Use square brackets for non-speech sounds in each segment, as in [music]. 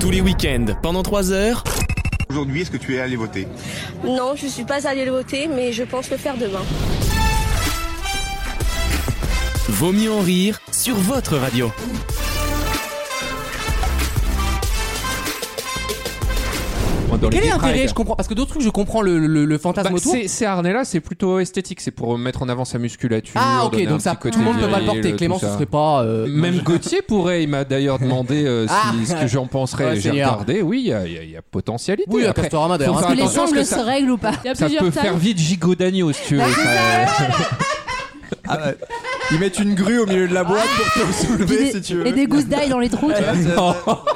Tous les week-ends, pendant 3 heures. Aujourd'hui, est-ce que tu es allé voter Non, je ne suis pas allée le voter, mais je pense le faire demain. Vaut mieux en rire sur votre radio. Quel est l'intérêt Je comprends parce que d'autres trucs je comprends le, le- le fantasme Bah, autour. c'est c'est Arnella, c'est plutôt esthétique, c'est pour mettre en avant sa musculature. Ah ok donner un donc ça petit côté tout le monde peut pas le viril, euh, porter. tout Clément ce ça. serait pas. euh, Même Gauthier pourrait, il m'a d'ailleurs demandé euh, si- Ah. ce que j'en penserais. Ouais, J'ai Seigneur. regardé, oui, il y a- il y, a- il y a potentialité. Oui, à Après, Castorama d'ailleurs. faut hein. faire les attention, parce angles que se ça- règlent ou pas Il y a ça plusieurs peut tailles. faire vite gigot d'agneau si tu veux. Ça- euh. Ah, bah, Ils mettent une grue au milieu de la boîte pour te soulever Puis si des- tu veux. Et des gousses d'ail dans les trous. tu vois. [laughs]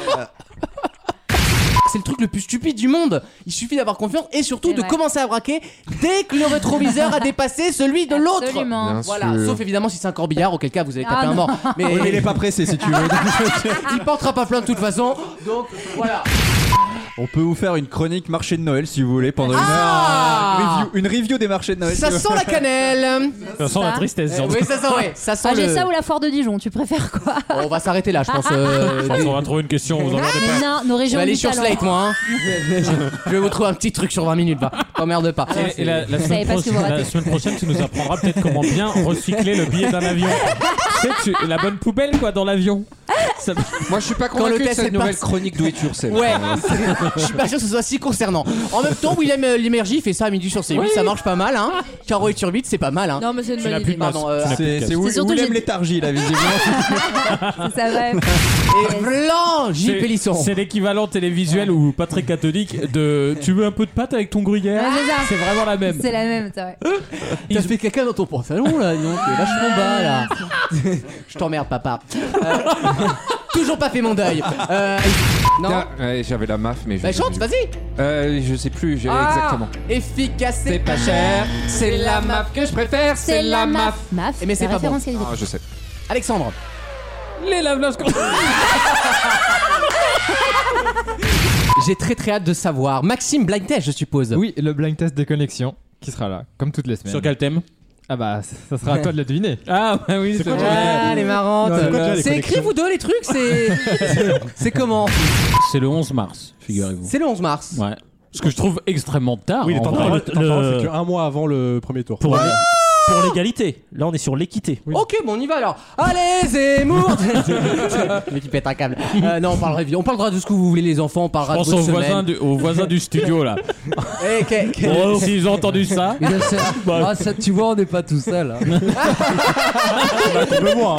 C'est le truc le plus stupide du monde. Il suffit d'avoir confiance et surtout C'est de vrai. commencer à braquer dès que le rétroviseur [laughs] a dépassé celui de l'autre. Bien Absolument. Voilà, sûr. sauf évidemment si c'est un corbillard, auquel cas vous allez taper un Ah non. [laughs] mort. Mais Oui, mais il est pas pressé si tu veux. [laughs] il portera pas plainte de toute façon. Donc voilà. On peut vous faire une chronique marché de Noël si vous voulez pendant une Ah. heure. Une review, une review des marchés de Noël. Ça si vous- sent la cannelle. Ça sent la tristesse, Euh, genre. oui, ça sent, ouais. Ça sent Ah, j'ai le- ça ou la foire de Dijon, tu préfères quoi Bon, on va s'arrêter là, je pense. [laughs] euh, Je pense qu'on va trouver une question, vous en avez Mais pas. non, nos Je régions vais ont aller du sur talent. Slate, [laughs] moi. hein. Je vais vous trouver un petit truc sur 20 minutes, va. T'emmerde pas. Et, et la, la savez semaine pas ce que vous prochaine, la ratez. semaine prochaine, tu nous apprendras peut-être comment bien recycler le billet d'un avion. tu sais, tu- la bonne poubelle, quoi, dans l'avion. Ça- Moi, je suis pas le convaincu de test est cette nouvelle passé- chronique Do It Yourself. Ouais, je suis pas sûr que ce soit si concernant. En même temps, William euh, Limergy fait ça à midi sur C8, ça marche pas mal, hein. Caro et Turbide, c'est pas mal, hein. Non, mais c'est une Tu n'as bonne plus idée. de masse. Pardon, euh, Tu n'as plus de C'est casse. c'est où, C'est surtout où que l'aime j'ai- léthargie là visiblement. Ça va. Et blanc, J. C'est- Pélisson. C'est l'équivalent télévisuel ou pas très catholique de tu veux un peu de pâte avec ton gruyère Ah, c'est ça. C'est vraiment la même. C'est la même, c'est vrai. T'as fait caca dans ton pantalon là, non T'es vachement bas là. [laughs] je t'emmerde, papa. Euh, [laughs] toujours pas fait mon deuil. Euh, non. Tiens, ouais, J'avais la maf, mais je. Bah chante, vas-y. Euh, je sais plus, j'ai Ah, exactement. Efficace et pas cher. C'est la maf que je préfère. C'est la maf. Maf, Mais c'est la pas bon. référence qualité. Ah, je sais. Alexandre. Les lave-linges qu'on- [laughs] J'ai très très hâte de savoir. Maxime Blind Test, je suppose. Oui, le blind test des connexions qui sera là, comme toutes les semaines. Sur quel thème Ah bah, ça sera à toi de le deviner. Ah, bah oui, c'est Ah, elle est marrante. Non, c'est quoi déjà les C'est écrit connexions vous deux les trucs, c'est [laughs] c'est comment C'est le 11 mars, figurez-vous. C'est le 11 mars. Ouais. Ce que je trouve extrêmement tard. Oui, les en temps vrai. c'est qu'un mois avant le premier tour. Pour- Pour l'égalité. Là, on est sur l'équité. Ok, bon, on y va alors. Allez, Zemmour [laughs] Le mec, il pète un câble. Euh, non, on parlera, on parlera de ce que vous voulez, les enfants. On parlera Pense de aux votre voisins, semaine. du, aux voisins du studio là. Eh, que- que- Bon, Oh, S'ils ont entendu ça, Mais je sais- Ah, ça, tu vois, on n'est pas tout seul. hein. hein.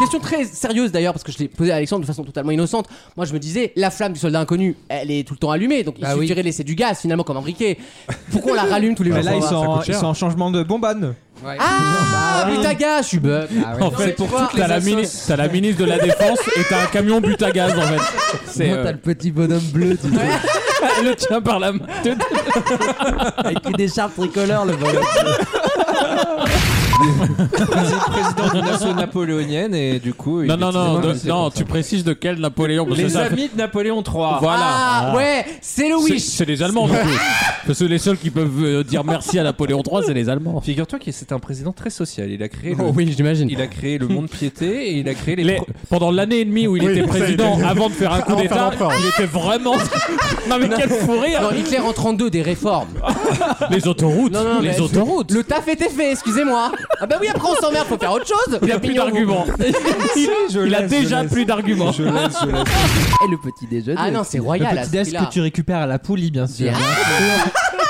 Question très sérieuse d'ailleurs, parce que je l'ai posée à Alexandre de façon totalement innocente. Moi, je me disais, la flamme du soldat inconnu, elle est tout le temps allumée, donc il Bah oui. suffirait de laisser du gaz finalement comme un briquet. Pourquoi on [laughs] la rallume tous les jours Mais là, ils on va- sont, en, coûte cher. ils sont en changement de bonbonne. Ah, Butaga, je suis bug. en mais fait, pour pour toutes les t'as la, assos- mini- t'as la ministre de la Défense et t'as un camion but à gaz en fait. C'est euh, petit bonhomme bleu, tu le tien par la main. avec des charpes tricolores, [laughs] le bonhomme. Président d'une asso napoléonienne et du coup. il Non, non, non, était- de- non, tu précises de quel Napoléon parce que Les ça- amis de Napoléon III. Voilà. Ah, ouais, c'est le C'est- wish. C'est les Allemands, du coup. Parce que les seuls qui peuvent euh, dire merci à Napoléon III, c'est les Allemands. Figure-toi que c'est un président très social. Il a créé le, Oh oui, j'imagine. il a créé le monde piété et il a créé les. Les- pro- pendant l'année et demie où il Oui, était ça, président, il était- avant de faire un coup Avant de faire d'état, l'empereur. il était vraiment. non mais quel fou Non, rire Hitler en 32, des réformes. Les autoroutes, Non, non, les mais- autoroutes. Le taf était fait, excusez-moi. Ah bah oui, après on s'emmerde, faut faire autre chose. Il a plus d'arguments. [laughs] Il, il a déjà plus d'arguments. Et le petit déjeuner. Ah non, c'est Le royal. à petit ce déj prix-là. que tu récupères à la poulie, bien sûr. Bien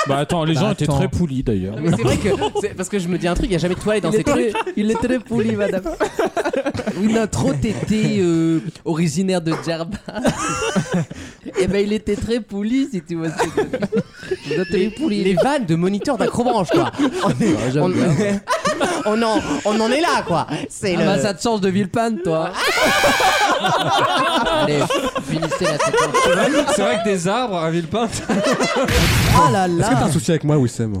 Bah attends, les Bah, gens étaient attends. très poulis d'ailleurs. Mais c'est vrai que c'est parce que je me dis un truc, il y a jamais de toilette dans ces trucs. Il est très poli, [laughs] madame. Il a trop été euh, originaire de [laughs] Djerba. Eh Et ben il était très poli si tu vois. les, les vannes de moniteur d'acrobranche [laughs] quoi. On, est- on- [laughs] on en, on en est là quoi. C'est le... Ah bah, ça te change de Villepane, toi. [laughs] Allez, finissez la séquence. Bah C'est vrai que des arbres à Villepinte. Ah là là. Est-ce que t'as un souci avec moi, Wissem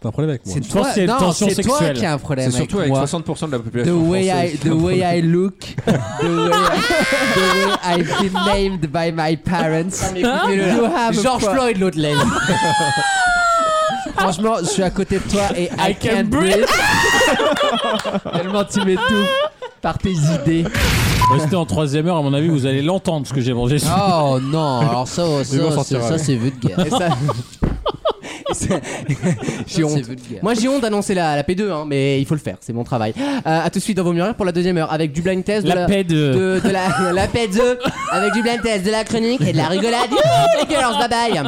T'as un problème avec moi Je pense qu'il y a une tension sexuelle. a un problème C'est surtout avec 60% de la The population. way I, française. the way I look, the way I, the way I've been [laughs] named by my parents. You have a George pro- Floyd [laughs] l'autre lèvre. Franchement, je suis à côté de toi et I, can [laughs] can't breathe. Tellement tu mets tout par tes idées. Restez en troisième heure, à mon avis, vous allez l'entendre ce que j'ai mangé. Ah, Oh non, alors ça, on ça, sortira, ça, ça ouais. c'est vulgaire. [laughs] Et ça- Ça, J'ai honte. c'est vulgaire. Moi j'ai honte d'annoncer la, la P2, hein, mais il faut le faire, c'est mon travail. Euh, à tout de suite dans Vos Mieux Rires pour la deuxième heure avec du blind test, de La paix de. de, de la, [laughs] la P2, avec du blind test, de la chronique et de [laughs] la rigolade. Youhou, les girls, bye bye.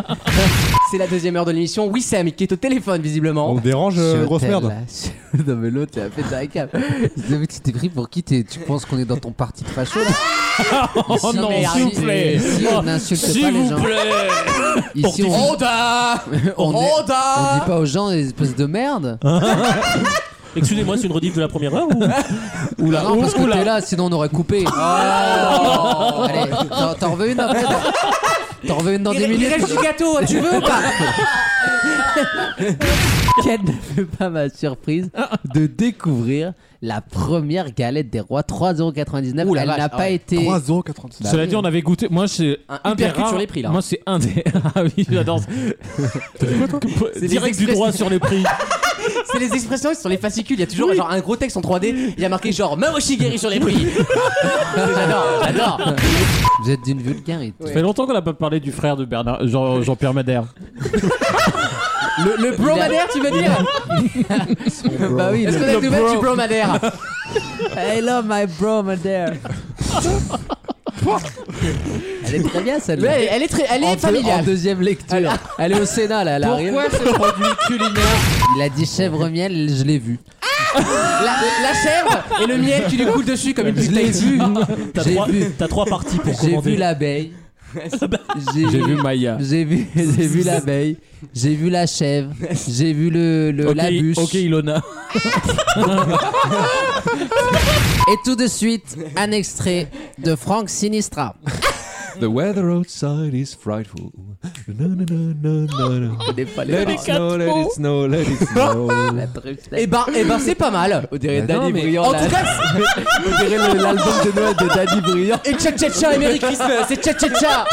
C'est la deuxième heure de l'émission. Wissam qui est au téléphone visiblement. On Oh. dérange, euh, grosse merde. [laughs] non mais l'autre, il a fait sa [laughs] cave. Mais tu t'es pris pour qui t'es- Tu penses qu'on est dans ton parti de facho [laughs] là Oh Si, non, mais s'il arrête, vous plaît. si on n'insulte pas S'il les vous gens. plaît. Ici, on, Honda [laughs] on, est- on Honda dit pas aux gens des espèces de merde. Excusez-moi, c'est une rediff de la première heure ou Bah, Oula, non, parce que t'es là, sinon on aurait coupé. Oh. Oh. Allez, t'en- t'en veux une après t'en- T'en veux une dans 10 minutes reste du gâteau, tu veux ou pas [laughs] Quelle ne fut pas ma surprise de découvrir la première galette des rois, 3,99€. Ouh la Elle vache, n'a ah pas ouais. été. 3,96€. Bah, Cela dit, on avait goûté. Moi, c'est Un un des hypercut rares. sur les prix, là. Moi, c'est un des. [laughs] Ah oui, j'adore. des Direct du express- droit sur les prix. C'est les expressions sur les fascicules, il y a toujours genre un gros texte en 3D, il y a marqué genre Mamoshi guéri sur les [laughs] prix. j'adore, j'adore. Vous êtes d'une vulgarité. Ça fait longtemps qu'on n'a pas parlé du frère de Bernard, Jean- Jean-Pierre Madère. Le, le bromadaire, tu veux dire Bah oui, Est-ce qu'on a des [laughs] nouvelles du bromadaire I love my bro, Elle est très bien Ouais, celle-là. elle, elle est très, elle En est deux- familiale. en deuxième lecture. Elle est au Sénat là, elle arrive. Pourquoi ce produit culinaire Il a dit chèvre miel, je l'ai vu. Ah la, la chèvre et le miel qui lui coule dessus comme une Je l'ai putain. vu. T'as J'ai trois, vu. t'as trois parties pour J'ai commander. vu l'abeille. J'ai J'ai vu vu. Maya. Ah. J'ai [laughs] vu, j'ai vu l'abeille, j'ai vu la chèvre, j'ai vu le, le- Ok, la bûche. ok, Ilona. Et tout de suite, un extrait de Frank [laughs] Sinistra. The weather outside is frightful. No, no, no, no, no, Oh, no. Let it snow, let it snow, let it snow. [laughs] Et ben, et ben c'est pas mal. On dirait Bah non, Danny mais- Briand. En là. [laughs] tout cas, on dirait l'album de Noël de Danny Briand. Et tcha tcha tcha et Merry Christmas. C'est tcha tcha tcha.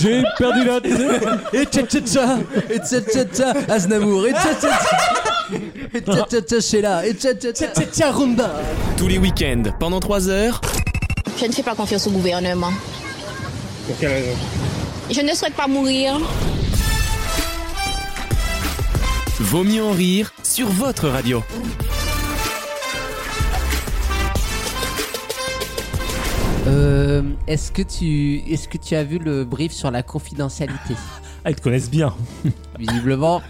J'ai perdu [laughs] la tête. Et tcha tcha tcha, et tcha tcha tcha, Aznavour, et tcha tcha tcha, et tcha tcha tcha, Sheila, et tcha tcha tcha. Tcha tcha rumba. Tous les week-ends, pendant 3 heures, Je ne fais pas confiance au gouvernement. Je ne souhaite pas mourir. Vaut mieux en rire sur votre radio. Euh, est-ce que tu, est-ce que tu as vu le brief sur la [laughs] confidentialité Ah, ils te connaissent bien. Visiblement,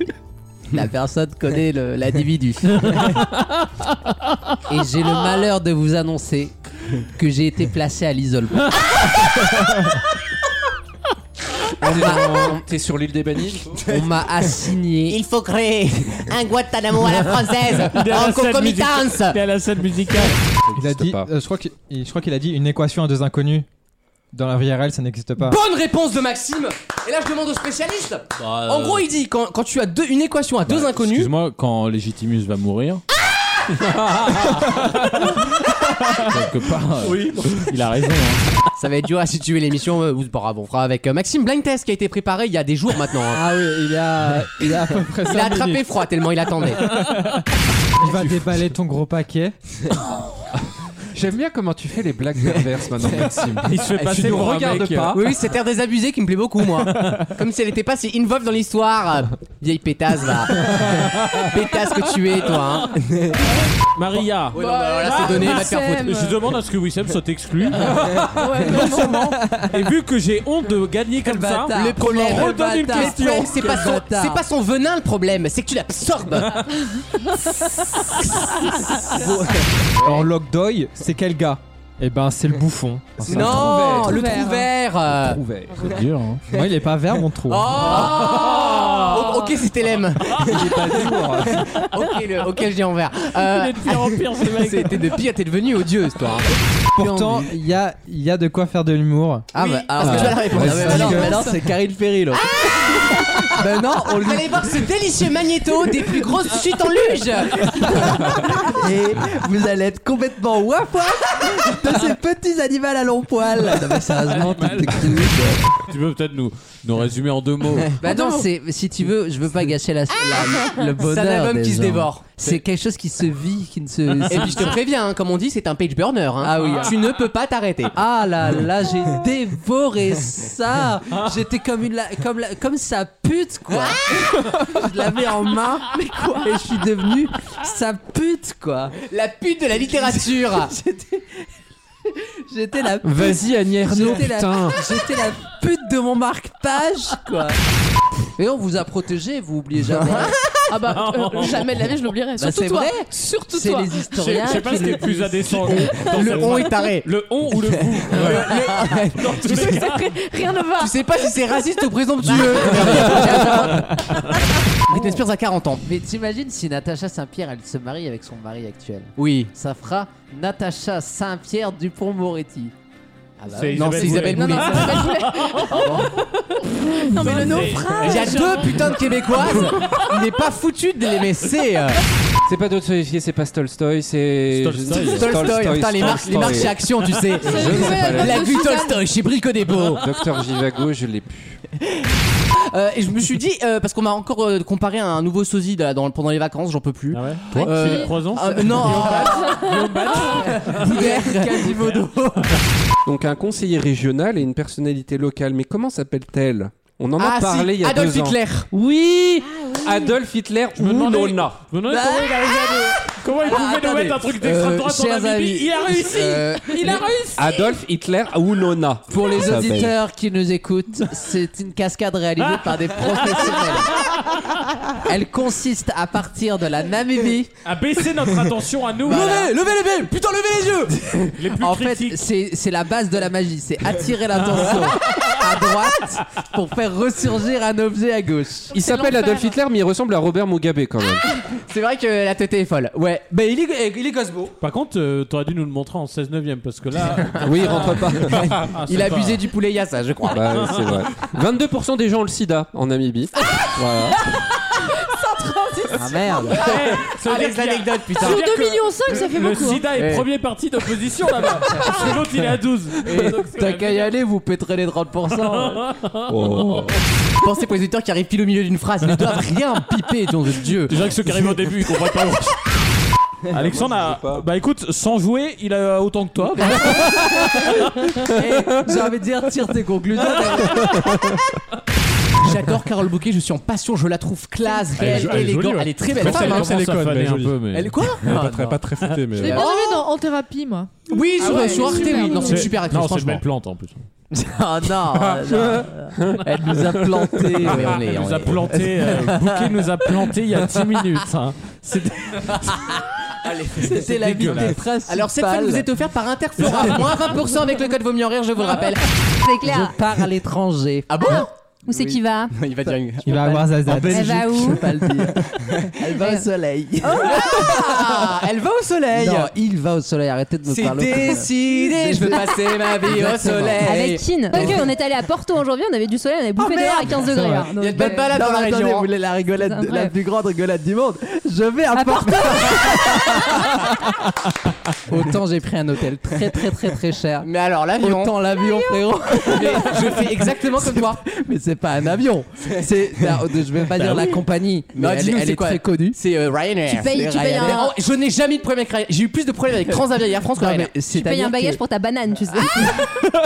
la personne connaît le- [laughs] l'individu. Et j'ai le malheur de vous annoncer que j'ai été placé à l'isolement. On m'a- T'es sur l'île des bannis On m'a assigné. Il faut créer un Guantanamo à la [laughs] française en concomitance. à la scène musicale. Il a dit. euh, je crois qu'il je crois qu'il a dit une équation à deux inconnus. Dans la vie réelle, ça n'existe pas. Bonne réponse de Maxime. Et là, je demande au spécialiste. Bah, Euh. En gros, il dit quand, quand tu as deux, une équation à deux inconnus. Excuse-moi, quand Legitimus va mourir. [laughs] Quelque part, euh, il a raison. hein. Ça va être dur à situer l'émission. euh, Vous bon, ah bon, on fera avec euh, Maxime Blind Test qui a été préparé il y a des jours maintenant. hein. Ah oui, il a, il a à peu près Il a attrapé froid tellement il attendait. Il va déballer ton gros paquet. J'aime bien comment tu fais les blagues perverses [laughs] maintenant, Maxime. Il se fait passer nous pour Bah, un regardes mec, pas. euh, Oui, oui, cet air désabusé qui me plaît beaucoup, moi. Comme si elle n'était pas si involved dans l'histoire. euh, Vieille pétasse, là. pétasse que tu es, toi. Hein. Maria. Oui, non, mais alors là, c'est donné, va te faire foutre. Je demande à ce que Wissem soit exclu. Non seulement. Et vu que j'ai honte de gagner comme ça, bâtard. [laughs] Le problème, on redonne une Mais question. Frank, c'est pas, Quel son- bâtard. c'est pas son venin le problème, c'est que tu l'absorbes. Alors, Lockdoy, c'est quel gars Eh ben, c'est le bouffon. non, vert. le Trou vert. trou vert. euh. C'est dur. hein. Moi, il est pas vert, mon trou. Hein. Oh, Ok, c'était l'aime. ok, le, ok, le géant vert. Euh, Il est de pire en pire, ce mec. C'était de pire, t'es devenue odieuse, toi. hein. Pourtant, il y a, il y a de quoi faire de l'humour. Ah, bah, Parce que alors- tu as la réponse. Ah, mais bah non, bah non, c'est Karine Ferry là. Ben non, on Vous Ah. allez voir ce délicieux magnéto des plus grosses chutes en luge. Et vous allez être complètement waf waf de ces petits animaux à long poil. Non mais sérieusement, Tu peux peut-être nous, nous résumer en deux mots. Bah non, c'est si tu veux, je veux pas gâcher la, la- le Ah C'est bonheur. un album des qui se gens. dévore. C'est quelque chose qui se vit, qui ne se. Et puis je te préviens, hein, comme on dit, c'est un page burner. hein. Ah oui. Tu ne peux pas t'arrêter. Ah là là, j'ai dévoré ça. J'étais comme une la- comme la- comme sa pute quoi. je l'avais en main mais quoi et je suis devenu sa pute quoi. La pute de la littérature. [laughs] J'étais j'étais la pute- Vas-y, Annie Ernaux, j'étais putain. [laughs] la j'étais la pute de mon marque-page quoi. Et on vous a protégé, vous oubliez jamais. Ah bah, euh, jamais de la vie, je l'oublierai. Bah, Surtout c'est toi. vrai. Surtout C'est toi. les Je sais- historiens. je sais pas qui ce qui le- est le plus indécent. dans cette phrase. taré. Le on ou le vous Dans tous les cas. Rien ne va. Tu sais pas si c'est raciste ou présomptueux. Bah, Britney Spears à 40 ans. Mais t'imagines si Natacha Saint-Pierre elle se marie avec son mari actuel Oui. Ça fera Natacha Saint-Pierre Dupont-Moretti. Ah bah C'est oui. Non, c'est Isabelle Non, Boulay. non, ça s'appelle- Non, mais le naufrage. Il y a deux putains de québécoises. Il n'est pas foutu de les messer. euh. C'est pas Dostoevsky, c'est pas Tolstoy, c'est. Tolstoy. Je- Tolstoy, putain, les marques, les marques chez Action, tu sais. Je sais pas la- La rue Tolstoy chez Brico des Beaux. Docteur Givago, je l'ai plus. Euh, et je me suis dit, euh, parce qu'on m'a encore euh, comparé à un nouveau sosie de- dans- pendant les vacances, j'en peux plus. Ah ouais Toi Toi Euh, Philippe Croison Ah, euh, non, Ah. Boudère, Quasimodo. Donc un conseiller régional et une personnalité locale. Mais comment s'appelle-t-elle On en Ah, a si, parlé il y a Adolf deux ans. Hitler. Oui Adolf Hitler Je me ou demandais- Nona. Je me demandais comment il arrivait à nous- [laughs] Comment il pouvait nous attendez. mettre un truc d'extrême Euh, droite sur chers la Bibi amis. Il a réussi Euh, Il a réussi Adolf Hitler ou Nona. Pour les Ça s'appelle. auditeurs qui nous écoutent, c'est une cascade réalisée [laughs] par des professionnels. Elle consiste à partir de la Namibie. A baissé [laughs] notre attention à nous Voilà. Levez les belles, putain, levez les yeux. les plus En fait, critiques. c'est c'est la base de la magie. C'est attirer l'attention à droite pour faire ressurgir un objet à gauche. Il C'est s'appelle l'enfer. Adolf Hitler, mais il ressemble à Robert Mugabe quand même. C'est vrai que la tête est folle. Ouais, bah il est, il est Cosmo. Par contre, euh, t'aurais dû nous le montrer en 16 9 parce [laughs] que là. Ah oui, il rentre [laughs] pas. ah, c'est Il a pas- abusé du poulet yassa, je crois. Bah, c'est vrai. 22% des gens ont le sida en Namibie. Voilà. Ah [laughs] merde. Eh, ça veut dire Avec qu'il y a- l'anecdote, putain. ça veut Sur dire 2,5 que millions, ça fait le- Le beaucoup. hein. sida est Eh. premier parti d'opposition là-bas. Parce que l'autre il est à 12. [laughs] Donc, c'est Eh, T'as la qu'à y aller, vous péterez les 30%. [laughs] Oh. Pensez pour les auditeurs qui arrivent pile au milieu d'une phrase, ils ne doivent rien piper, nom de Dieu. Déjà que ceux qui arrivent au début, ils comprennent pas. [laughs] Ah, Alexandre, a- bah écoute, sans jouer, il a autant que toi. Eh, J'ai envie de dire, tire tes conclusions. [laughs] J'adore Carole Bouquet, je suis en passion, je la trouve classe, Elle est réelle, jo- elle est élégante. jolie, ouais. Elle est très Bah, belle femme. hein. commence à faner un peu, mais. Elle est quoi Pas très, pas très foutée, mais. Je l'ai bien aimé dans En thérapie, moi. Oui, sur, ouais, sur elle est Arte, super oui. Non, c'est une super actrice, Non, c'est une franchement. belle plante en plus. Oh non, euh, non, euh, elle nous a plantés. Ah, mais on est- Elle on nous a est- planté, euh, Bouquet nous a planté il y a 10 minutes. hein. C'était- C'était la vie dégueulasse. des principales. Alors cette fois, vous êtes offert par Interflora, moins 20% avec le code Vaut mieux en rire, je vous le rappelle. C'est clair. Je pars à l'étranger. Ah bon Où c'est qu'il va Il va dire une... Il va avoir Zaza. Elle va Je où peux pas le dire. [laughs] Elle va au soleil. [laughs] Ah, elle va au soleil Non, il va au soleil. Arrêtez de me C'est parler. comme ça. décidé, je veux [laughs] passer ma vie au Exactement. soleil. Avec Kin. on est allé à Porto aujourd'hui, on avait du soleil, on avait bouffé dehors à 15 degrés. hein. Il y a de bonnes balades Non, dans la mais attendez, région. vous hein. voulez la rigolade, C'est la incroyable. plus grande rigolade du monde Je vais à, À Porto. [laughs] Autant j'ai pris un hôtel très très très très cher. Mais alors l'avion, Autant l'avion, frérot. [laughs] mais je fais exactement comme toi. [laughs] Bah Mais c'est pas un avion. C'est, alors, je vais pas dire la compagnie, mais Non, elle, dis-nous, est- elle c'est est quoi très connue. C'est euh, Ryanair. Tu payes- C'est tu payes Ryanair. un- Oh, Je n'ai jamais eu de problème avec Ryanair. J'ai eu plus de problèmes avec Transavia et Air France que Euh, Non, Ryanair. mais Tu payes c'est-à-dire un bagage que pour ta banane, tu sais.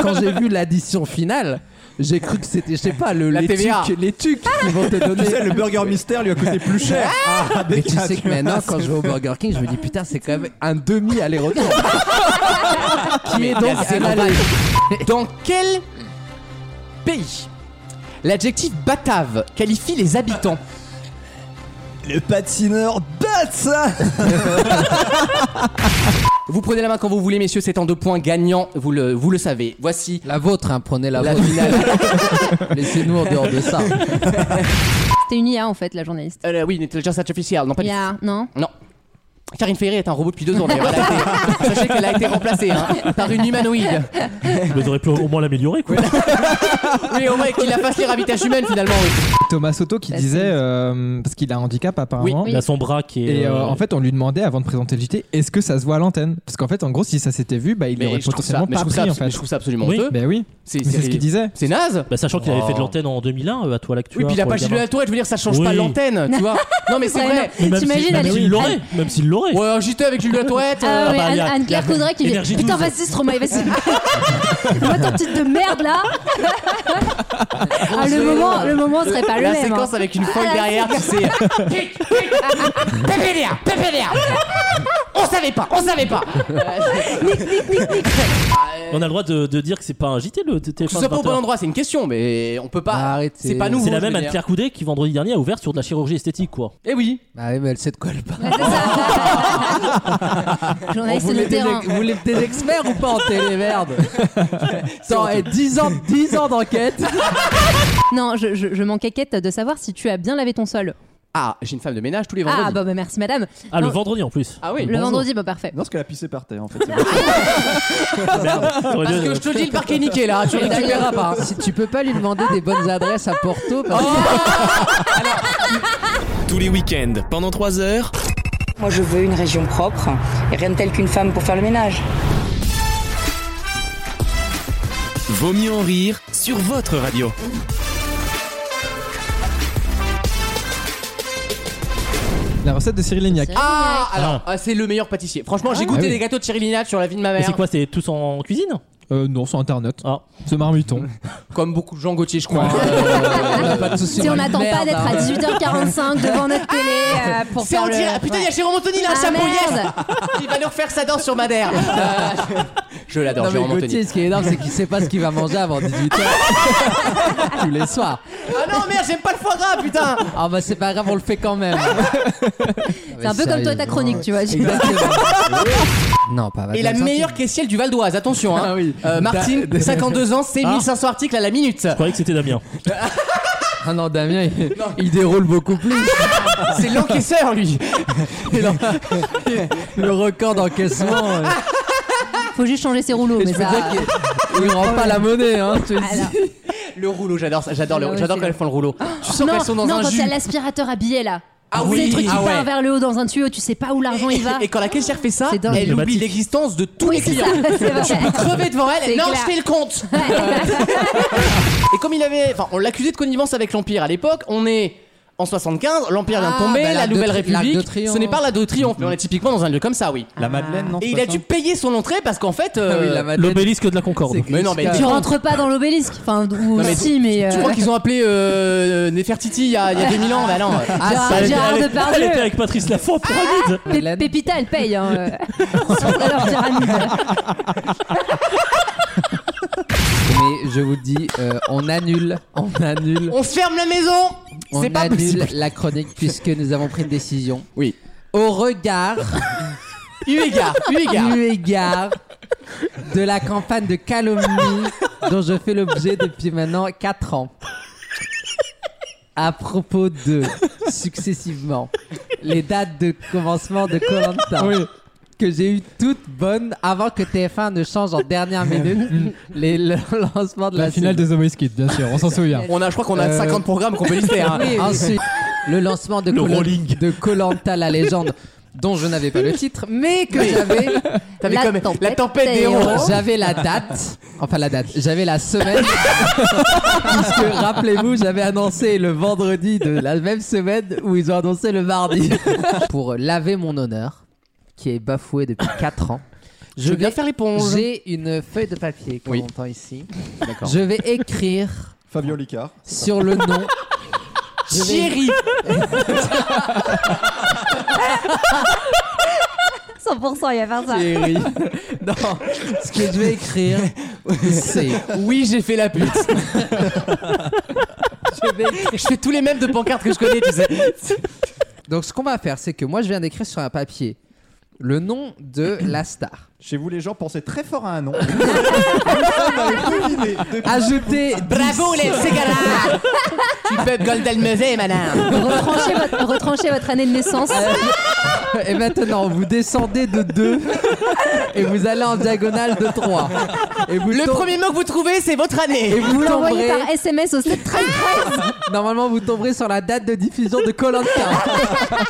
Quand j'ai vu l'addition finale, j'ai cru que c'était, je sais pas, le, La les, TVA. tucs, les tucs qui vont te donner. le burger mystère lui a coûté plus cher. Ah, Mais tu sais que maintenant, quand je vais au Burger King, je me dis putain, c'est quand même un demi aller-retour. qui est donc Merci, un Robin. aller. Dans quel pays l'adjectif batave qualifie les habitants Le patineur bat ça Vous prenez la main quand vous voulez, messieurs, c'est en deux points gagnants, vous le, vous le savez. Voici La vôtre, hein, prenez la, la vôtre. finale. [laughs] Laissez-nous en dehors de ça. C'était une IA en fait, la journaliste. Euh, oui, une intelligence artificielle, non pas du IA, non Non. Karine Ferry est un robot depuis deux ans d'ailleurs. Elle a été- [laughs] Sachez qu'elle a été remplacée hein, par une humanoïde. Mais t'aurais pu au moins l'améliorer, quoi. Oui, au moins qu'il la fasse les ravitages humaines finalement. oui. Thomas Soto qui disait, euh, parce qu'il a un handicap apparemment. Oui, il a son bras qui est, Et euh, euh, en fait, on lui demandait avant de présenter le JT, est-ce que ça se voit à l'antenne Parce qu'en fait, en gros, si ça s'était vu, bah, il Mais aurait je trouve ça- potentiellement mais je pas trouve ça pris en abs- fait. mais je trouve ça absolument oui. honteux. Ben oui. C'est- Mais c'est ce qu'il disait. C'est naze. Bah, sachant qu'il avait Oh. fait de l'antenne en 2001 euh, à toi l'actu. Oui, puis il a pas gilé la tourette, je veux dire, ça change pas l'antenne, tu vois. Non, mais c'est Ouais, vrai. non. Même T'imagines, si- même s'il l'aurait, même s'il l'aurait. Ouais, un JT avec Gilles de la tourette. Ah euh, ouais, bah, il y Anne- a- Anne-Claire Coudray qui dit Énergie Putain, 12. vas-y, [laughs] Stromae, vas-y. Moi, ton titre de merde là. Ah, le, moment, le moment serait pas le La même. séquence hein. avec une folle Ah, la derrière, tu séquence. sais. [laughs] PPDA, PPDA. On savait pas, on savait pas. On a le droit de, de dire que c'est pas un JT le t- Que ce téléphone. soit pas au bon 20. endroit, c'est une question, mais on peut Bah. pas. Bah, c'est pas nouveau. C'est la je veux même dire. Anne-Claire Coudet qui vendredi dernier a ouvert sur de la chirurgie esthétique, quoi. Eh oui. Bah oui, mais elle sait de quoi elle parle. Journaliste [laughs] Oh, vous, de voulez des, terrain. ex- vous voulez des experts ou pas en [laughs] télé, merde Attends, eh, 10 ans, 10 ans d'enquête Non, je, je, je m'en caquette de savoir si tu as bien lavé ton sol. Ah, j'ai une femme de ménage tous les vendredis. Ah, bah, bah, merci madame. Ah, le Non, vendredi en plus. Ah oui. Le vendredi, bah parfait. Non, parce qu'elle a pissé par terre en fait. [laughs] Parce Parce que je te le dis, le parc est niqué là, tu Et récupéreras d'ailleurs, pas. Oh, hein. Si tu peux pas lui demander des bonnes adresses à Porto, parce ah, Tous les week-ends, pendant 3 heures, Moi, je veux une région propre et rien de tel qu'une femme pour faire le ménage. Vaut mieux en rire sur votre radio. La recette de Cyril Lignac. Ah, alors, ah, c'est le meilleur pâtissier. Franchement, j'ai Ah goûté oui. les gâteaux de Cyril Lignac sur la vie de ma Mais mère. c'est quoi C'est tous en cuisine Euh, non, sur internet. Ah. [laughs] Ce marmiton. Comme beaucoup de gens Gauthier, je crois. Euh, pas de soucis. Si on n'attend pas Merde, d'être à hein. 18h45 devant notre télé euh, pour C'est faire en le... direct. Ah, Putain, il y a Jérôme Anthony, il a un Ah, chapeau, yes. merde. Il va nous refaire sa danse sur Madère. Euh, Je l'adore, Non, mais Jérôme Gauthier, Anthony. ce qui est énorme, c'est qu'il sait pas ce qu'il va manger avant 18h. [laughs] Tous les soirs. Ah non, merde, j'aime pas le foie gras, putain. Ah bah c'est pas grave, on le fait quand même. C'est un peu comme toi ta chronique, tu vois. Non, pas Et la meilleure caissière du Val d'Oise, attention. Hein. Ah oui. Euh, Martine, [laughs] Da- da- 52 ans, c'est Ah. 1500 articles à la minute. Je croyais que c'était Damien. Ah non, Damien, il, il déroule beaucoup plus. C'est l'encaisseur, [laughs] lui. Et non, le record d'encaissement. euh, Faut juste changer ses rouleaux, mais je peux ça... dire [laughs] qu'il il rend pas la monnaie, hein, je te dis. Alors, Le rouleau, j'adore ça. J'adore le- Ah ouais, j'adore c'est quand elles font le rouleau. Tu sens qu'elles sont dans non, un quand jus. t'as l'aspirateur à billets là. Ah C'est oui, le truc qui ah ouais. part vers le haut dans un tuyau, tu sais pas où l'argent il va. Et quand la caissière fait ça, C'est dingue. elle oublie Automatique. l'existence de tous Oui, les [laughs] c'est clients. ça, c'est Tu peux vrai. crever devant elle. C'est Non, clair. je fais le compte. Et comme il avait, enfin, on l'accusait de connivence avec l'empire à l'époque. On est en 75, l'empire vient de Ah, tomber, bah, la l'Arc de Nouvelle Tri- l'Arc de République. Triomphe. Ce n'est pas la de triomphe, Mm. mais on est typiquement dans un lieu comme ça, oui. La Madeleine, non Et il a dû payer son entrée parce qu'en fait, euh, Ah oui, la Madeleine, L'obélisque de la Concorde. c'est Mais non, mais Grisca. Tu rentres pas dans l'obélisque. Enfin, ou Non, mais si, mais. tu euh, crois qu'ils ont appelé euh, Nefertiti il y a, il y a 2000 ans Bah non. Ah, Gérard- Elle était- Gérard elle, était- elle Depardieu. était avec Patrice Lafont, pyramide. Pé- Pépita, elle paye. Hein, [laughs] euh, sur leur pyramide. Mais je vous dis, euh, on annule, on annule, On ferme la maison. on C'est pas annule possible. la chronique puisque nous avons pris une décision. Oui. Au regard, [laughs] Eu égard, eu égard. [laughs] eu égard de la campagne de calomnie dont je fais l'objet depuis maintenant 4 ans. À propos de, successivement, les dates de commencement de Colanta. Que j'ai eu toutes bonnes avant que TF1 ne change en dernière minute les- le [laughs] lancement de la, La finale saison. de The Voice Kids, bien sûr, on s'en souvient. On a, je crois qu'on a Euh, 50 programmes qu'on peut lister. hein. Oui, oui. Euh, Ensuite, le lancement de Le Colo- rolling. de Colanta la légende, dont je n'avais pas le titre, mais que j'avais. [laughs] T'avais La comme tempête la tempête des des héros. héros. J'avais la date, enfin la date, j'avais la semaine, [laughs] puisque rappelez-vous, j'avais annoncé le vendredi de la même semaine où ils ont annoncé [laughs] le mardi. Pour laver mon honneur, qui est bafoué depuis 4 ans, Je veux bien faire l'éponge. j'ai une feuille de papier qu'on Oui. entend ici. D'accord. Je vais écrire Fabio Licard. sur [laughs] le nom. Chérie, 100%, il y a pas ça. Thierry. [laughs] Non, ce que je vais écrire, c'est. oui, j'ai fait la pute. [laughs] je vais- Je fais tous les mêmes de pancartes que je connais, tu sais. Donc, ce qu'on va faire, c'est que moi, je viens d'écrire sur un papier le nom de la star. Chez vous, les gens pensaient très fort à un nom. Ajoutez Bravo les cigarettes Tu peux Golden Musée, madame Retranchez votre, retranchez votre année de naissance. Ah, Et maintenant, vous descendez de 2 et vous allez en diagonale de 3. Et vous Le tom- premier mot que vous trouvez, c'est votre année Et vous Vous l'envoyez tomberez. par SMS au 7 13 Normalement, vous tomberez sur la date de diffusion de Colanta.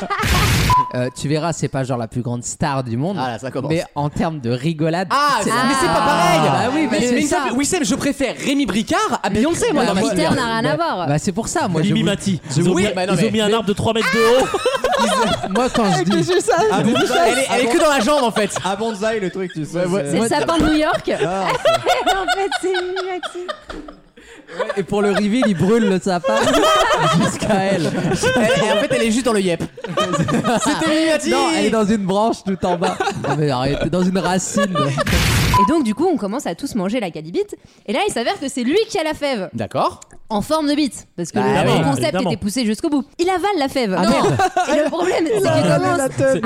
[laughs] tu verras, c'est pas genre la plus grande star du monde. Ah là, ça commence. mais en termes de rigolade. Ah, c'est- mais c'est pas pareil Bah oui, mais, c'est il me ça. semble- Wissem, je préfère Rémi Bricard à Beyoncé, moi, Bah, dans ma moi, vie. Peter hein. n'a rien à voir. Bah, c'est pour ça, moi. je Mimi vous- Mati. je Ils ont vous- mis, Oui, bah, non, ils ont mais- mis un arbre de 3 mètres de haut. Moi, quand je dis. Ah, bon, ça, Elle est, elle est que dans la jambe, en fait. À bonsaï, le truc, tu sais. C'est le sapin de New York. Ah, [laughs] en fait, c'est Mimati. Et pour le reveal, il brûle le [laughs] sapin jusqu'à elle. Elle- elle- en fait, elle est juste dans le [laughs] yep. C'était Mimi Mati. Non, elle est dans une branche tout en bas. Non, mais arrêtez, dans une racine. Et donc, du coup, on commence à tous manger la calibite. Et là, il s'avère que c'est lui qui a la fève. D'accord. En forme de bite. Parce que Bah le oui, concept évidemment. était poussé jusqu'au bout. Il avale la fève. Ah, merde. Et le problème, c'est qu'il commence à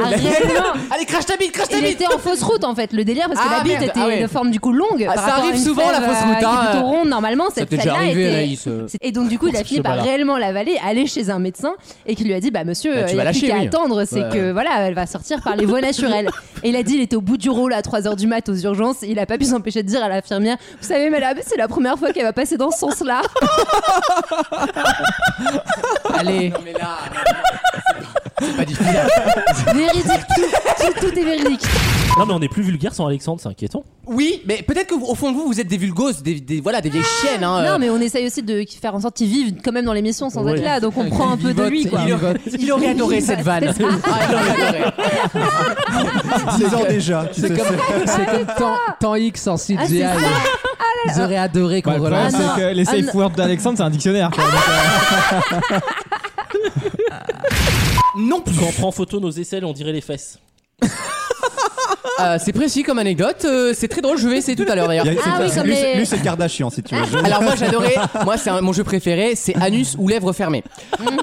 réellement- Allez, crache ta bite, crache ta Il bite était en fausse route en fait, le délire, parce que Ah, la bite merde. était Ah ouais. de forme du coup longue. Ah, ça par rapport à arrive une souvent, fève, la fausse euh, route, qui est hein. plutôt ronde normalement, cette t'est déjà fève-là arrivé, était- Anaïs, [laughs] euh. C'est- Et donc du coup, il a fini par bats-là. réellement l'avaler, aller chez un médecin et qui lui a dit Bah monsieur, Bah, tu il n'y vas a plus lâcher, qu'à oui. attendre, c'est Ouais. que voilà, elle va sortir par les voies naturelles. Et il a dit Il était au bout du rôle à 3h du mat aux urgences, il a pas pu s'empêcher de dire à l'infirmière Vous savez, madame, c'est la première fois qu'elle va passer dans [laughs] ce sens-là. Allez. Mais là, Véridique, tout, tout- tout est véridique. Non, mais on est plus vulgaire sans Alexandre, c'est inquiétant. Oui, mais peut-être que vous- au fond de vous, vous êtes des vulgoses, des, des- voilà, des vieilles chiennes. Hein, euh. Ah, Non, mais on essaye aussi de faire en sorte qu'il vive quand même dans l'émission sans Ouais. être là, donc on prend un peu de lui quoi. il, aurait, il aurait adoré cette vanne. Ah, il aurait adoré. 10 ans déjà. tu sais, C'est comme, c'est comme temps, temps X en CGI. Ah, c'est ça. Ah Ils auraient adoré qu'on Bah, le problème, relance. c'est non. que les Ah, safe non. words d'Alexandre, c'est un dictionnaire. quoi. Non plus. Quand on prend photo nos aisselles, on dirait les fesses. Ah, Euh, c'est précis comme anecdote. euh, c'est très drôle. Je vais essayer tout à l'heure d'ailleurs. Il y a- Ah c'est- oui, comme lui, les- c'est- lui, c'est Kardashian, si tu veux. Je- Alors moi [laughs] j'adorais, moi c'est un- mon jeu préféré, c'est anus ou lèvres fermées.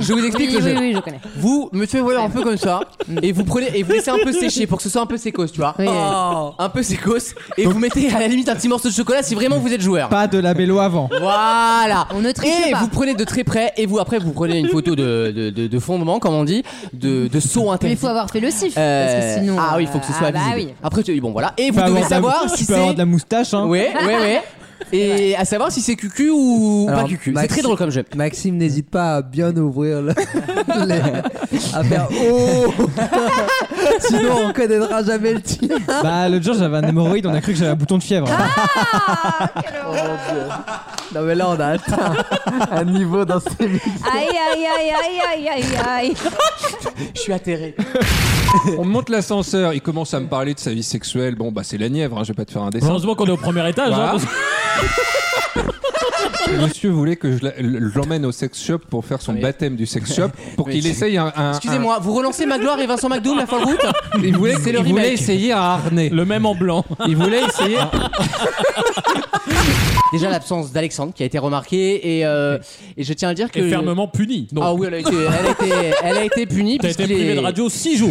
Je vous explique Oui, le jeu. oui, oui, je connais. Vous me faites voilà un peu comme ça et vous prenez et vous laissez un peu sécher pour que ce soit un peu sécos, tu vois. Oh. Oui, oui. Un peu sécos et vous mettez à la limite un petit morceau de chocolat si vraiment vous êtes joueur. Pas de labello avant. Voilà. On ne triche et pas. Eh, vous prenez de très près et vous après vous prenez une photo de, de, de- de fondement comme on dit, de, de saut Mais il interdit. faut avoir fait le sif. parce Euh, que sinon, ah oui, euh, il faut que ce soit ah bah visible. Après tu- bon voilà et Tu vous peux avoir devez de la- savoir tu si peux avoir c'est de la moustache. Hein. Ouais, ouais, [laughs] ouais. Et à savoir si c'est cucu ou Alors, pas cucu. C'est Maxi- très drôle comme jeu. Maxime n'hésite pas à bien ouvrir le... [laughs] les- à [laughs] faire oh [laughs] sinon on connaîtra jamais le titre Bah, l'autre jour, j'avais un hémorroïde, on a cru que j'avais un bouton de fièvre. non mais là on a atteint un niveau dans ces oui. Aïe, aïe, aïe, aïe, aïe, aïe, aïe. Je suis atterré. On monte l'ascenseur, il commence à me parler de sa vie sexuelle. Bon, bah c'est la Nièvre, hein, je vais pas te faire un dessin. Heureusement qu'on est au premier étage. Voilà. hein, parce que- [laughs] Monsieur voulait que je la- l'emmène au sex shop pour faire son Oui. baptême du sex [laughs] shop pour Oui. qu'il essaye un. un- Excusez-moi, vous relancez Magloire et Vincent McDoom la fin de route un- Il voulait, C'est le il voulait remake. essayer à harnais. Le même en blanc. Il voulait essayer. Ah. [laughs] Déjà l'absence d'Alexandre qui a été remarquée et, euh, et je tiens à dire que. Et fermement puni. Donc, Ah oui, elle a été, elle a été, elle a été punie. [laughs] t'as été puisqu'il privé est- de radio 6 jours.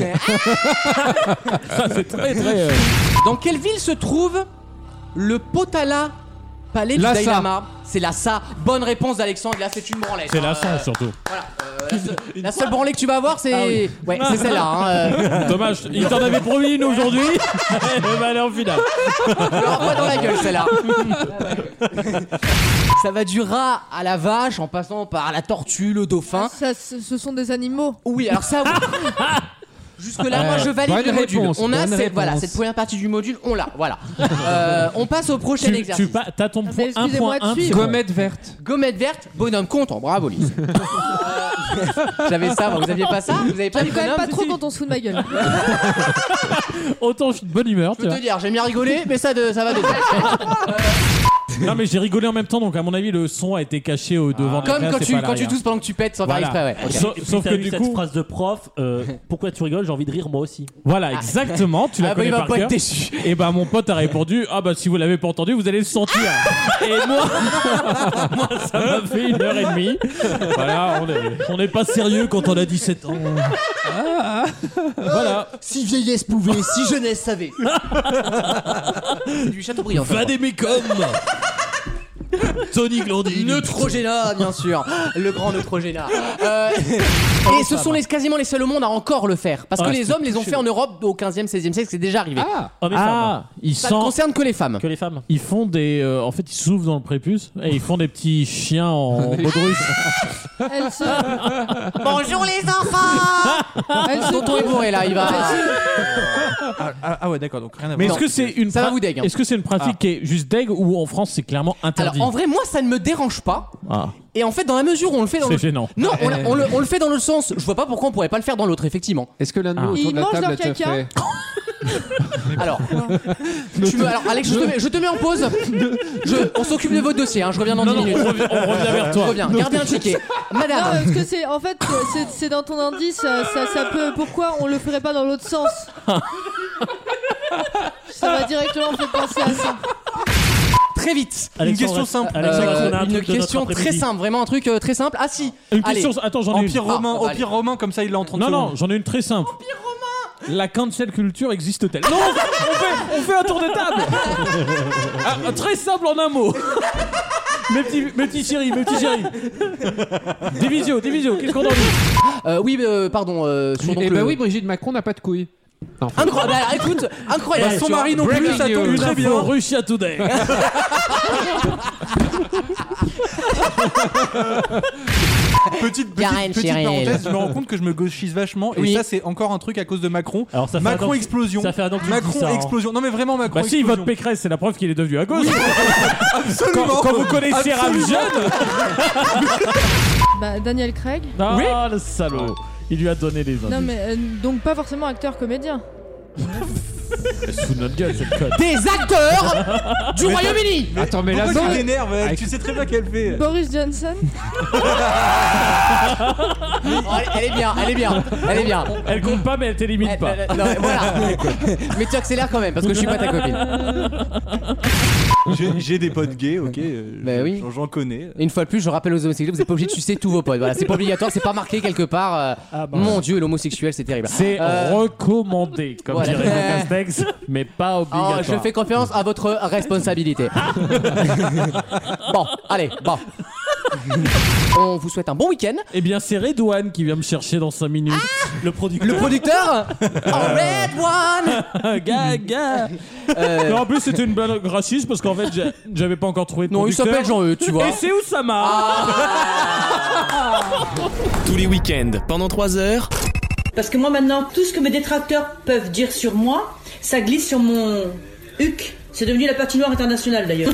Ça, c'est très très. euh, Dans quelle ville se trouve le Potala Palais Lhasa. du Dalai Lama C'est Lhasa. Bonne réponse d'Alexandre. Là, c'est une branlette. C'est hein, lassant euh, surtout. voilà. [laughs] Euh, la, seule- la seule branlée que tu vas avoir, c'est. Ah Ouais, c'est celle-là. hein, euh. Dommage, il t'en avait promis une aujourd'hui. Elle va aller en finale. Alors, pas dans la gueule celle-là. [laughs] Ça va du rat à la vache en passant par la tortue, le dauphin. Ça, ce ce sont des animaux. Oui, alors [laughs] ça. oui. Jusque-là, Euh, moi je valide bonne le module. réponse, on a bonne cette, voilà, réponse. cette première partie du module, on l'a. [laughs] Voilà. Euh, on passe au prochain Tu, tu exercice. pas- t'as ton point Mais 1.1. excusez-moi de suivre. Gommette verte. Gommette verte, bonhomme content. Bravo, [laughs] Lise. Euh, J'avais ça, vous aviez pas ça Vous avez pas les J'aime quand même bonhommes pas trop quand on se fout de ma gueule. [laughs] Autant je suis de bonne humeur, Je tu peux [laughs] vois. te dire, j'aime bien rigoler, mais ça, de, ça va de Non, mais j'ai rigolé en même temps, donc à mon avis, le son a été caché au devant de la Comme classe quand et tu, pas à quand tu l'arrière. tousses pendant que tu pètes sans Voilà. faire exprès, ouais. Sauf- Et puis, sauf t'as que eu du cette coup- phrase de prof, euh, [laughs] pourquoi tu rigoles J'ai envie de rire moi aussi. Voilà, exactement. Tu l'as Ah bah, il va pas être déçu. Et ben mon pote a répondu Ah bah si vous l'avez pas entendu, vous allez le sentir. et [laughs] moi, moi, ça m'a fait une heure et demie. Voilà, on est- on n'est pas sérieux quand on a 17 ans. Ah. Voilà. Si vieillesse pouvait, si jeunesse [laughs] savait. C'est du Chateaubriand. ça, je crois. Tony Glandine. Neutrogena, bien sûr. Le grand Neutrogena. [laughs] Euh, Oh, et ce sont les, quasiment les seuls au monde à encore le faire. Parce que Ah, les c'est hommes les ont fait en Europe au 15e, 16e siècle, c'est déjà arrivé. Ah, Ah, ils Ça sont- ne concerne que les femmes. Que les femmes. Ils font des. euh, en fait, ils s'ouvrent dans le prépuce et ils font des petits chiens [laughs] en baudruche. Bonjour les [laughs] enfants Tonton est bourré là, il va. Ah, ah, ah ouais, d'accord, donc rien à Mais voir. est-ce que c'est une. Ça va pra- vous deg, hein. Est-ce que c'est une pratique qui est juste deg ou en France c'est clairement Alors interdit en vrai, moi ça ne me dérange pas. Ah. Et en fait, dans la mesure où on le fait dans C'est le... gênant. Non, on, l'a- on le, on le fait dans le sens. Je vois pas pourquoi on pourrait pas le faire dans l'autre, effectivement. Est-ce que l'un de Ah. nous autour Ils de la mangent table leur a déjà caca fait Alors, tu me- alors Alex, je te, mets, je te mets en pause. Je- on s'occupe de votre dossier. hein. Je reviens dans 10 minutes. on revient vers toi. Je reviens. Gardez un ticket. Non, Madame. parce que c'est en fait c'est- c'est dans ton indice ça, ça- ça peut pourquoi on le ferait pas dans [laughs] l'autre sens ça va directement me faire penser à ça Très vite. Euh, Alexandre, reste- Alexandre, euh, on a un une truc de notre question très après-midi. simple, vraiment un truc euh, très simple. Ah si. Une Allez. question. Attends, j'en ai une. Empire romain, Ah, empire allez. romain, comme ça il l'a en 30 Non, secondes. non, j'en ai une très simple. La cancel culture existe-t-elle Non on fait, on fait un tour de table Ah, Très simple en un mot Mes petits, mes petits chéris, mes petits chéris Divisio, Divisio, qu'est-ce qu'on en dit Euh, oui, euh, pardon. euh, sur donc Eh le- bah [laughs] ben oui, Brigitte Macron n'a pas de couilles. Incroyable. Alors, écoute, incroyable. Ouais, tu vois, breaking news. Une Très bien. info Russia Today Petite, petite, Karen, petite chérie. parenthèse, je me rends compte que je me gauchise vachement et Oui. ça c'est encore un truc à cause de Macron. Alors, ça fait un an Macron que- explosion. ça fait un an que tu me dis Macron ça, hein. explosion. Non mais vraiment Macron Bah si, il explosion. vote Pécresse, c'est la preuve qu'il est devenu à gauche Absolument. Quand, quand vous connaissez Rap Absolument. Jeune bah, Daniel Craig Ah, le salaud Il lui a donné les indices. non mais euh, donc pas forcément acteur comédien Sous notre gueule, cette conne Des acteurs du Royaume-Uni. Attends, mais là, Pourquoi ça- tu t'énerves elle Avec- Tu sais très bien qu'elle fait. Boris Johnson Oh, elle, elle est bien, elle est bien, elle est bien. Elle compte pas, mais elle t'élimine pas. Euh, non, mais voilà. [laughs] Mais tu accélères quand même parce que je suis pas ta copine. J'ai- J'ai des potes gays, ok. euh, Bah oui. j'en- J'en connais. Et Une fois de plus, je rappelle aux homosexuels, vous n'êtes pas obligé de sucer tous vos potes. Voilà, c'est pas obligatoire, c'est pas marqué quelque part. euh, Mon Dieu, l'homosexuel, c'est terrible. Ah, bah. C'est Euh, recommandé, comme voilà. dirait Jean Castex, mais pas oh, obligatoire. je fais confiance à votre [laughs] responsabilité. bon, allez, bon. On vous souhaite un bon week-end. Eh bien, c'est Redouane qui vient me chercher dans 5 minutes. Le producteur. Ah Le [laughs] producteur, en red one. Gaga Euh, En plus, c'était une blague raciste parce qu'en fait, j'a- j'avais pas encore trouvé de non, il producteur. s'appelle Jean-E, tu vois. Ah. Et c'est Oussama Tous les week-ends, pendant 3 heures. Parce que moi maintenant, tout ce que mes détracteurs peuvent dire sur moi, ça glisse sur mon huc. C'est devenu la patinoire internationale d'ailleurs.